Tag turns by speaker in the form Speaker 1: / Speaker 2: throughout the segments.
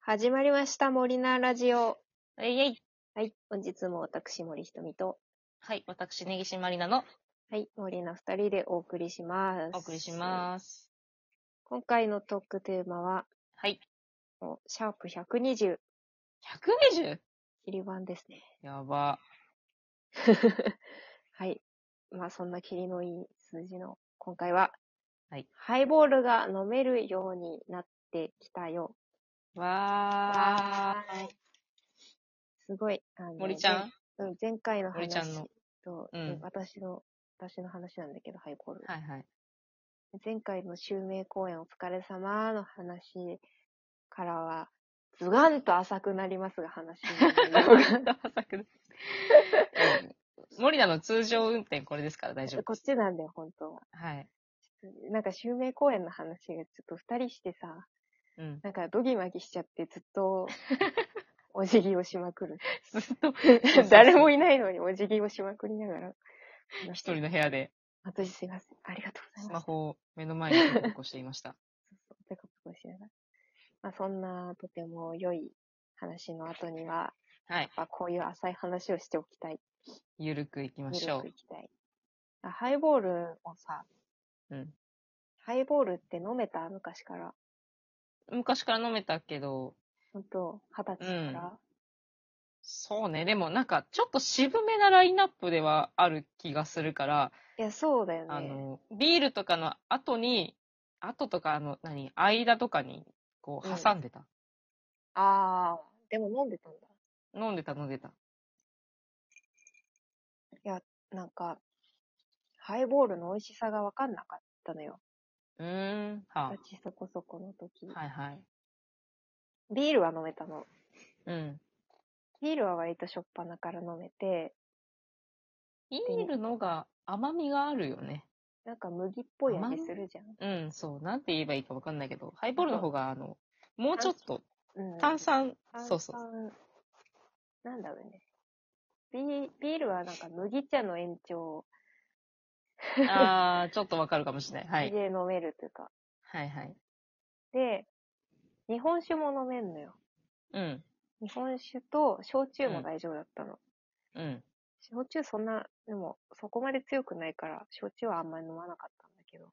Speaker 1: 始まりました、森菜ラジオ。
Speaker 2: えいえい。
Speaker 1: はい、本日も私、森ひとみと、
Speaker 2: はい。私、根岸まりなの
Speaker 1: はい、森菜二人でお送りします。
Speaker 2: お送りします。
Speaker 1: す。今回のトークテーマは、
Speaker 2: はい。
Speaker 1: もうシャープ120、
Speaker 2: 120?
Speaker 1: 切り版ですね。
Speaker 2: やば。
Speaker 1: はい。まあ、そんな切りのいい数字の、今回は、
Speaker 2: はい。
Speaker 1: ハイボールが飲めるようになってきたよ。
Speaker 2: わ
Speaker 1: ーい。すごい。あの
Speaker 2: ー。森ちゃん
Speaker 1: うん、前回の
Speaker 2: 森
Speaker 1: 話
Speaker 2: ちゃんの
Speaker 1: と、
Speaker 2: うん
Speaker 1: え私の、私の話なんだけど、ハイボール。
Speaker 2: はいはい。
Speaker 1: 前回の襲名公演お疲れ様の話からは、ズガンと浅くなりますが、話の内 容
Speaker 2: 森田の通常運転これですから大丈
Speaker 1: が。こっちなんだよ、本当は。
Speaker 2: 夫。はい。
Speaker 1: なんか襲名公演の話がちょっと二人してさ、
Speaker 2: うん。
Speaker 1: なんかドギマギしちゃってずっとお辞儀をしまくる。
Speaker 2: ずっと、
Speaker 1: 誰もいないのにお辞儀をしまくりながら。
Speaker 2: 一人の部屋で
Speaker 1: 私すいません。ありがとうござ
Speaker 2: ス
Speaker 1: いま
Speaker 2: マ
Speaker 1: す。
Speaker 2: ホを目の前に投稿していました。
Speaker 1: ペコペコしながら。まあそんなとても良い話の後には、
Speaker 2: はい。
Speaker 1: まあ、こういう浅い話をしておきたい。
Speaker 2: ゆるくいきましょ
Speaker 1: 緩くいきたい。あハイボールをさ、
Speaker 2: う。うん。
Speaker 1: ハイボールって飲めた昔から。
Speaker 2: 昔から飲めたけど、
Speaker 1: ほんと、二十歳から。
Speaker 2: そうね。でもなんか、ちょっと渋めなラインナップではある気がするから、
Speaker 1: いや、そうだよね。
Speaker 2: あの、ビールとかの後に、後とか、あの、何、間とかに、こう、
Speaker 1: うん
Speaker 2: 挟んでた。
Speaker 1: ああ、でも飲んでたんだ。
Speaker 2: 飲んでた、飲んでた。
Speaker 1: なんか、ハイボールの美味しさが分かんなかったのよ。
Speaker 2: うーん、は
Speaker 1: 二十歳そこそこの時、
Speaker 2: あ、はいはい。
Speaker 1: ビールは飲めたの。
Speaker 2: うん。
Speaker 1: ビールは割としょっぱなから飲めて、
Speaker 2: ビールのが甘みがあるよね。
Speaker 1: なんか麦っぽい
Speaker 2: 甘
Speaker 1: 味
Speaker 2: い
Speaker 1: するじゃん。
Speaker 2: うん、そう。なんて言えばいいかわかんないけど、ハイボールの方が、あの、もうちょっと
Speaker 1: うん、
Speaker 2: 炭酸、
Speaker 1: 炭酸
Speaker 2: そうそう。
Speaker 1: なんだろうね。ビビールはなんか麦茶の延長
Speaker 2: あー、ちょっとわかるかもしれない。は
Speaker 1: で
Speaker 2: い。
Speaker 1: 飲めるというか、
Speaker 2: はいはい。
Speaker 1: で、日本酒も飲めんのよ。
Speaker 2: うん、
Speaker 1: 日本酒と焼酎も大丈夫だったの。
Speaker 2: うん。
Speaker 1: 焼酎そんな、でもそこまで強くないから、焼酎はあんまり飲まなかったんだけど。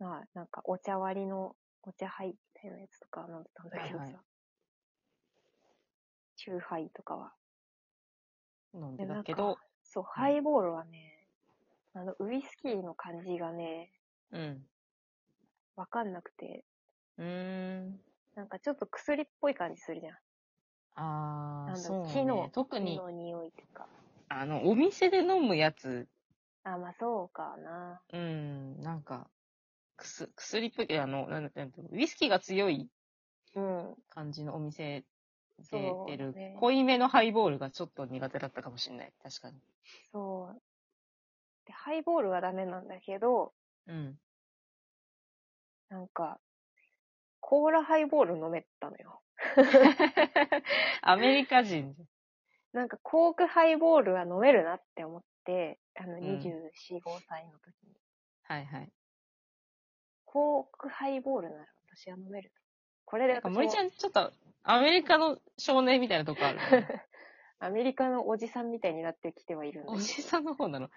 Speaker 1: まあ、なんかお茶割りのお茶杯みたいなやつとか飲んでたんだけどさ。
Speaker 2: はいは
Speaker 1: チューハイとかは。
Speaker 2: 飲んでたけ
Speaker 1: でなん
Speaker 2: ど、
Speaker 1: そう、ハイボールはね、あの、ウイスキーの感じがね、
Speaker 2: うん。
Speaker 1: わかんなくて、
Speaker 2: うーん。
Speaker 1: なんかちょっと薬っぽい感じするじゃん。
Speaker 2: あ
Speaker 1: なんだろう
Speaker 2: ー、そう、
Speaker 1: 木の
Speaker 2: ね。特
Speaker 1: 木
Speaker 2: に、
Speaker 1: の匂いとか。
Speaker 2: あの、お店で飲むやつ
Speaker 1: あ、まあそうかな。
Speaker 2: うん、なんか、くす、薬っぽい、あの、なんなんていうのウイスキーが強い
Speaker 1: うん。
Speaker 2: 感じのお店で
Speaker 1: そう
Speaker 2: 出る、
Speaker 1: ね
Speaker 2: 濃いめのハイボールがちょっと苦手だったかもしれない。確かに。
Speaker 1: そう。で、ハイボールはダメなんだけど、
Speaker 2: うん。
Speaker 1: なんか、コーラハイボール飲めたのよ。
Speaker 2: アメリカ人。
Speaker 1: なんか、コークハイボールは飲めるなって思って、あの、
Speaker 2: ん
Speaker 1: 24、5歳の時に。
Speaker 2: はいはい。
Speaker 1: コークハイボールなら私は飲める。これで
Speaker 2: なんか
Speaker 1: 私も
Speaker 2: 森ちゃん、ちょっと、アメリカの少年みたいなとこ あるね、
Speaker 1: アメリカのおじさんみたいになってきてはいるんだ
Speaker 2: お
Speaker 1: けど
Speaker 2: じさんの方 なの。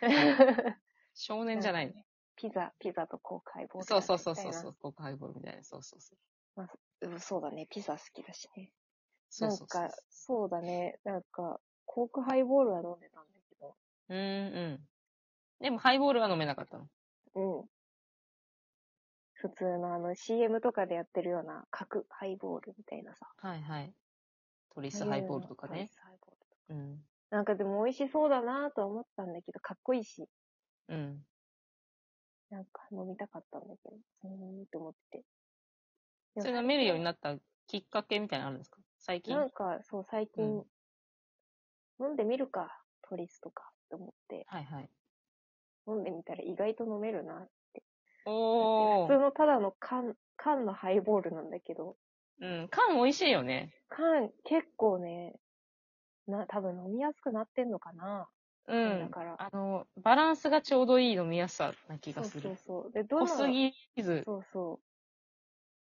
Speaker 2: 少年じゃないの。
Speaker 1: ピザ、ピザと公開ボール。
Speaker 2: そうそうそうそうそう。国ハイボールみたいな。そうそうそう。
Speaker 1: うん。そうだね。ピザ好きだしね。
Speaker 2: そうそうそう
Speaker 1: なんか、そうだね。なんか、コークハイボールは飲んでたんだけど。
Speaker 2: うんうん。でも、ハイボールは飲めなかったの。
Speaker 1: うん。普通のあの CM とかでやってるような角ハイボールみたいなさ。
Speaker 2: はいはい。トリ
Speaker 1: ア
Speaker 2: スハイボールとかね。。
Speaker 1: ハイボールとか
Speaker 2: うん。
Speaker 1: なんかでも美味しそうだなとは思ったんだけど、かっこいいし、
Speaker 2: うん。
Speaker 1: なんか飲みたかったんだけど、うーんと思って。
Speaker 2: それ飲めるようになったきっかけみたいなのあるんですか最近。
Speaker 1: なんか、そう、最近、
Speaker 2: う
Speaker 1: 飲んでみるか、トリスとか、と思って、
Speaker 2: はいはい。
Speaker 1: 飲んでみたら意外と飲めるな。
Speaker 2: お
Speaker 1: 普通
Speaker 2: ー。
Speaker 1: のただの缶、缶のハイボールなんだけど、
Speaker 2: うん。缶美味しいよね。
Speaker 1: 缶、結構ね、な、多分飲みやすくなってんのかな。
Speaker 2: う
Speaker 1: だ
Speaker 2: ん。
Speaker 1: から。
Speaker 2: あの、バランスがちょうどいい飲みやすさな気
Speaker 1: そ
Speaker 2: が
Speaker 1: うそ
Speaker 2: す
Speaker 1: う
Speaker 2: る。
Speaker 1: そう。で、ど
Speaker 2: 濃
Speaker 1: の、
Speaker 2: すぎず。
Speaker 1: そうそう。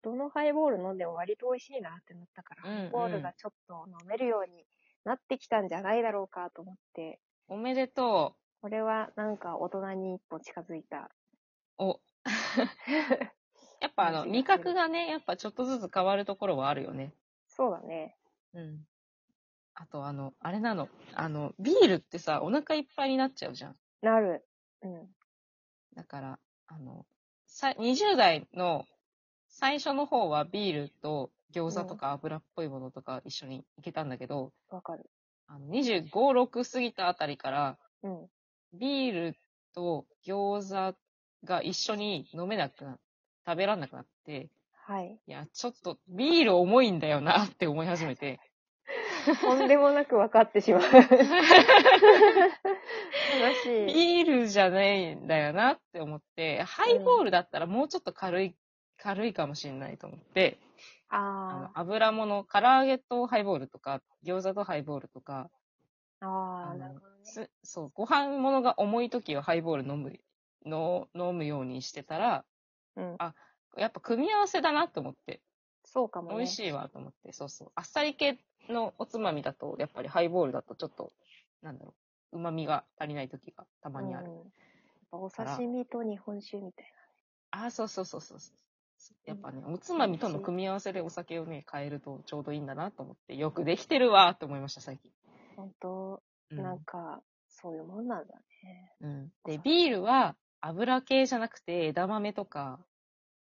Speaker 1: どのハイボール飲んでも割と美味しいなってなったから、
Speaker 2: うんうん
Speaker 1: ハイボールがちょっと飲めるようになってきたんじゃないだろうかと思って、
Speaker 2: おめでと
Speaker 1: これはなんか大人に一歩近づい た。
Speaker 2: う。お。やっぱあ
Speaker 1: マ
Speaker 2: の、
Speaker 1: ジで
Speaker 2: 味覚がね、やっぱちょっとずつ変わるところはあるよね。
Speaker 1: そうだね。
Speaker 2: うん。あとあの、あれなの、あの、ビールってさ、お腹いっぱいになっちゃうじゃん。
Speaker 1: なる。うん。
Speaker 2: だから、あの、さ20代の最初の方はビールと餃子とか油っぽいものとか一緒に行けたんだけど、
Speaker 1: わかる。
Speaker 2: あの25、6過ぎたあたりから、
Speaker 1: うん。
Speaker 2: ビールと餃子が一緒に飲めなくなっ食べらんなくなって、
Speaker 1: はい。
Speaker 2: いや、ちょっとビール重いんだよなって思い始めて、
Speaker 1: とんでもなく分かってしまう。悲しい。
Speaker 2: ビールじゃないんだよなって思って、ハイボールだったらもうちょっと軽い、軽いかもしれないと思って、あの
Speaker 1: あ
Speaker 2: 油物、唐揚げとハイボールとか、餃子とハイボールとか、
Speaker 1: あ。あ
Speaker 2: あ
Speaker 1: あ、
Speaker 2: の
Speaker 1: なるほどね。
Speaker 2: すそう、ご飯物が重い時はハイボール飲む、の飲むようにしてたら、
Speaker 1: うん。
Speaker 2: やっぱ組み合わせだなと思って、
Speaker 1: そうかもね。
Speaker 2: 美味しいわと思って、そうそう。あっさり系のおつまみだと、やっぱりハイボールだとちょっと、なんだろう、旨味が足りない時がたまにある。
Speaker 1: うんやっぱお刺身と日本酒みたい
Speaker 2: あー、そうそうそうそうそう。やっぱね、おつまみとの組み合わせでお酒をね、変えるとちょうどいいんだなと思って、よくできてるわと思いました、最近。
Speaker 1: な。本当、
Speaker 2: うん
Speaker 1: なんか、そういうもんなんだね。
Speaker 2: うん、で、ビールは油系じゃなくて枝豆とか、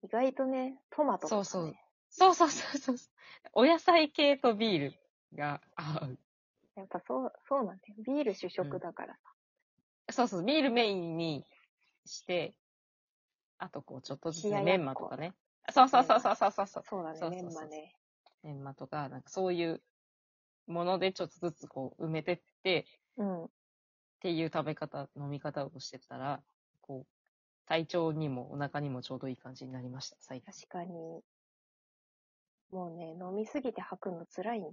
Speaker 1: 意外とね、トマトとか、
Speaker 2: そ
Speaker 1: ね。
Speaker 2: うそう。そうそうそうそう。お野菜系とビールが合う。
Speaker 1: やっぱそう、そうなんだよ。ビール主食だからさ。
Speaker 2: そうそう、ビールメインにして、あとこう、ちょっとずつ、ね、
Speaker 1: 冷や
Speaker 2: メ
Speaker 1: やっこ
Speaker 2: ンマとかね。そうそうそうそうそうそうそう。
Speaker 1: そうだね、
Speaker 2: そうそう
Speaker 1: メ
Speaker 2: そう
Speaker 1: ンマね。
Speaker 2: メンマとか、なんかそういうものでちょっとずつこう埋めてって、
Speaker 1: うん。
Speaker 2: っていう食べ方、飲み方をしてたら、こう、体調にもお腹にもちょうどいい感じになりました、最近。
Speaker 1: 確かに。もうね、飲みすぎて吐くの辛 いのよ。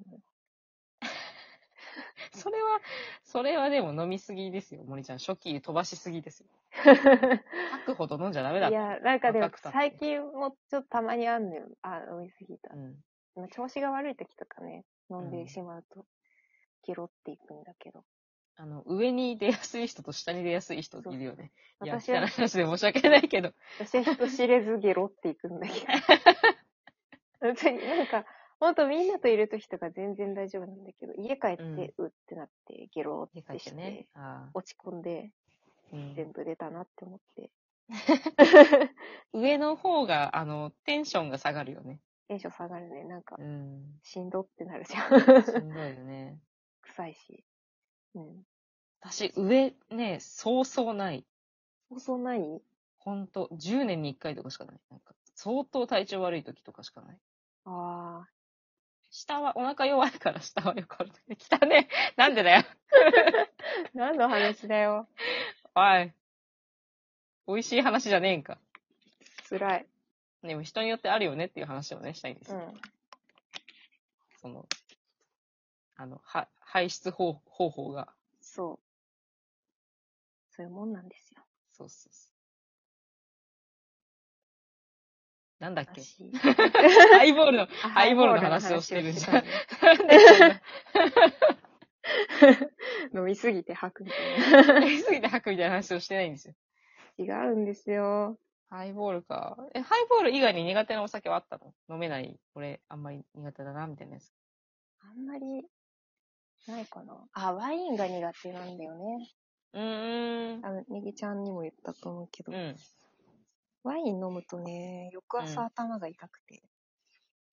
Speaker 2: それは、それはでも飲みすぎですよ、森ちゃん。初期飛ばしすぎですよ。吐くほど飲んじゃダメだっ
Speaker 1: い
Speaker 2: て。
Speaker 1: や、なんかでも
Speaker 2: 若くたって
Speaker 1: 最近もちょっとたまにあんのよ。あ、飲みすぎた
Speaker 2: う。ん。
Speaker 1: まあ調子が悪い時とかね、飲ん
Speaker 2: うん
Speaker 1: でしまうと、ゲロっていくんだけど。
Speaker 2: あの、上に出やすい人と下に出やすい人いるよね。いや、
Speaker 1: 私
Speaker 2: 汚い
Speaker 1: は、
Speaker 2: 話で申し訳ないけど。
Speaker 1: 私は人知れずゲロっていくんだけど。本当になんか、ほんとみんなといる時とか全然大丈夫なんだけど、家帰って、
Speaker 2: うん
Speaker 1: うってなって、ゲロ
Speaker 2: 家
Speaker 1: っ
Speaker 2: 帰
Speaker 1: て
Speaker 2: って
Speaker 1: して、
Speaker 2: ね。ああ
Speaker 1: 落ち込んで、
Speaker 2: うん
Speaker 1: 全部出たなって思 って、
Speaker 2: 上の方が、あの、テンションが下がるよ ね。
Speaker 1: テンション下がるね。なんか、
Speaker 2: うん。
Speaker 1: しんどってなるじゃん。
Speaker 2: しんどいよね。
Speaker 1: 臭いし。うん。
Speaker 2: 私、上ね、そうそうない。
Speaker 1: そうそうない
Speaker 2: ほんと、10年に1回とかしかない。なんか、相当体調悪い時とかしかない。
Speaker 1: ああ。
Speaker 2: 下は、お腹弱いから下はよくある。汚ね。なんでだよ。
Speaker 1: 何の話だよ。
Speaker 2: おい。美味しい話じゃねえんか。
Speaker 1: 辛い。
Speaker 2: でも人によってあるよねっていう話をね、したいんです
Speaker 1: う
Speaker 2: よ。
Speaker 1: ん。
Speaker 2: その、あの、は、排出方方法が。
Speaker 1: そう。そういうもんなんですよ。
Speaker 2: そうそうそう。なんだっけ
Speaker 1: 私。
Speaker 2: ハイボールの、
Speaker 1: あ
Speaker 2: ハイボールの話をしてるじゃん
Speaker 1: ハイボールの話をして たの飲みすぎて吐くみたいな。
Speaker 2: やりすぎて吐くみたいな話をしてないんですよ。
Speaker 1: 違うんですよ。
Speaker 2: ハイボールか。え、ハイボール以外に苦手なお酒はあったの飲めない。俺、あんまり苦手だな、みたいなやつ。
Speaker 1: あんまり、ないかな。あ、ワインが苦手なんだよね。
Speaker 2: うーん。
Speaker 1: あの、ネギちゃんにも言ったと思うけど。
Speaker 2: うん。
Speaker 1: ワイン飲むとね、翌朝
Speaker 2: うん
Speaker 1: 頭が痛くて。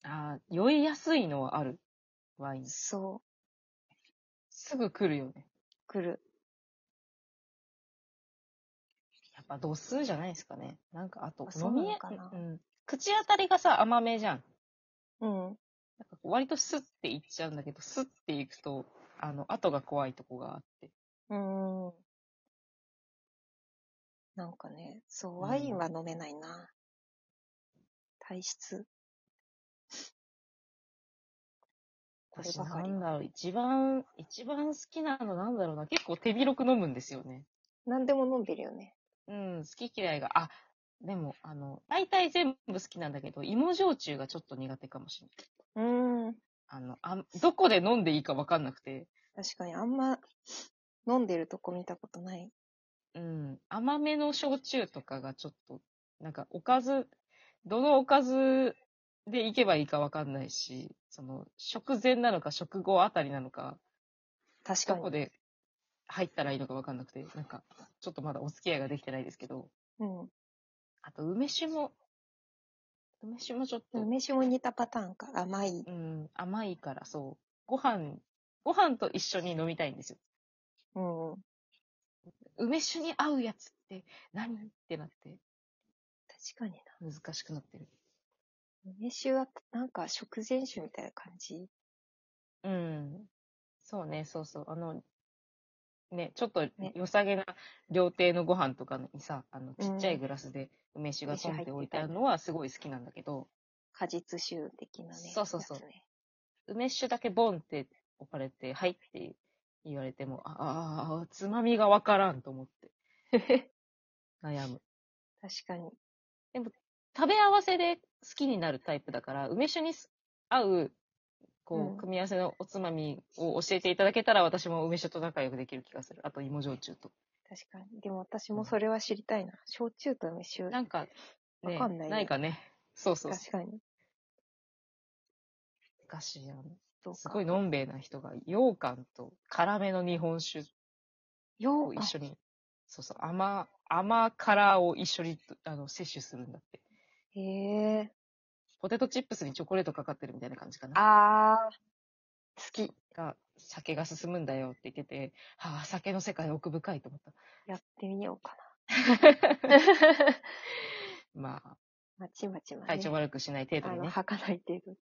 Speaker 2: ああ、酔いやすいのはある。ワイン。
Speaker 1: そう、
Speaker 2: すぐ来るよね。
Speaker 1: 来る。
Speaker 2: やっぱ度数じゃないですかね。なんか、あと
Speaker 1: あ、そう
Speaker 2: 飲み
Speaker 1: な
Speaker 2: や
Speaker 1: のかな
Speaker 2: うん。口当たりがさ、甘めじゃん。
Speaker 1: うん。
Speaker 2: なんかこう割とスッていっちゃうんだけど、スッていくと、あの、後が怖いとこがあって。
Speaker 1: うん。なんかね、そう、ワインは飲めないな。体質。これ
Speaker 2: 私
Speaker 1: ば
Speaker 2: な
Speaker 1: かりは
Speaker 2: んだろう、一番、一番好きなのなんだろうな。結構手広く飲むんですよね。
Speaker 1: 何でも飲んでるよね。
Speaker 2: うん、好き嫌いが、あ、でも、あの、大体全部好きなんだけど、芋焼酎がちょっと苦手かもしれない。
Speaker 1: うん。
Speaker 2: あの、あんどこで飲んでいいかわかんなくて、
Speaker 1: 確かに、あんま、飲んでるとこ見たことない。
Speaker 2: うん、甘めの焼酎とかがちょっと、なんかおかず、どのおかずでいけばいいかわかんないし、その、食前なのか食後あたりなのか、
Speaker 1: 確
Speaker 2: ど
Speaker 1: か
Speaker 2: こ
Speaker 1: に。
Speaker 2: で入ったらいいのかわかんなくて、なんか、ちょっとまだお付き合いができてないですけど、
Speaker 1: うん。
Speaker 2: あと、梅酒も、梅酒もちょっと、
Speaker 1: 梅酒も似たパターンか。甘い。
Speaker 2: うん、甘いから、そう、ご飯、ご飯と一緒に飲みたいんですよ。
Speaker 1: うん。
Speaker 2: 梅酒に合うやつって何ってなって、
Speaker 1: 確かにな。
Speaker 2: 難しくなってる。
Speaker 1: 梅酒は、なんか、食前酒みたいな感じ。
Speaker 2: うん。そうね、そうそう。あの、ね、ちょっと
Speaker 1: ね
Speaker 2: 良さげな料亭のご飯とかにさ、あの、
Speaker 1: う
Speaker 2: ち
Speaker 1: ん
Speaker 2: っちゃいグラスで梅酒が
Speaker 1: 梅酒
Speaker 2: ポン
Speaker 1: 入って
Speaker 2: って
Speaker 1: た
Speaker 2: 置いてあるのはすごい好きなんだけど、
Speaker 1: 果実酒的なね。
Speaker 2: そうそうそう
Speaker 1: やつね
Speaker 2: 梅酒だけボンって置かれて、はいって言われても、あああ、つまみがわからんと思って。 悩む。
Speaker 1: 確かに。
Speaker 2: 食べ合わせで好きになるタイプだから、梅酒にす合う、
Speaker 1: う
Speaker 2: こ
Speaker 1: ん
Speaker 2: う、組み合わせのおつまみを教えていただけたら、私も梅酒と仲良くできる気がする。あと、芋焼酎と。
Speaker 1: 確かに。でも私もそれは知りたいな。焼酎と梅酒。
Speaker 2: なんか、ね、
Speaker 1: わかんないね
Speaker 2: いかね。そうそうそ
Speaker 1: 確
Speaker 2: う。
Speaker 1: かに。
Speaker 2: 昔あの
Speaker 1: どうか。
Speaker 2: すごいのんべえな人が、羊羹と辛めの日本酒
Speaker 1: よ
Speaker 2: を一緒に、そうそう、甘、甘辛を一緒に、あの、摂取するんだって。
Speaker 1: へえ
Speaker 2: ポテトチップスにチョコレートかかってるみたいな感じかな。
Speaker 1: あー、好き。
Speaker 2: が、酒が進むんだよって言ってて、はあ、酒の世界奥深いと 思った。
Speaker 1: やってみようかな。
Speaker 2: まあ、
Speaker 1: まちまちま、ね。
Speaker 2: 体調悪くしない程度
Speaker 1: あ
Speaker 2: に
Speaker 1: の、
Speaker 2: ね。
Speaker 1: 吐かない程度。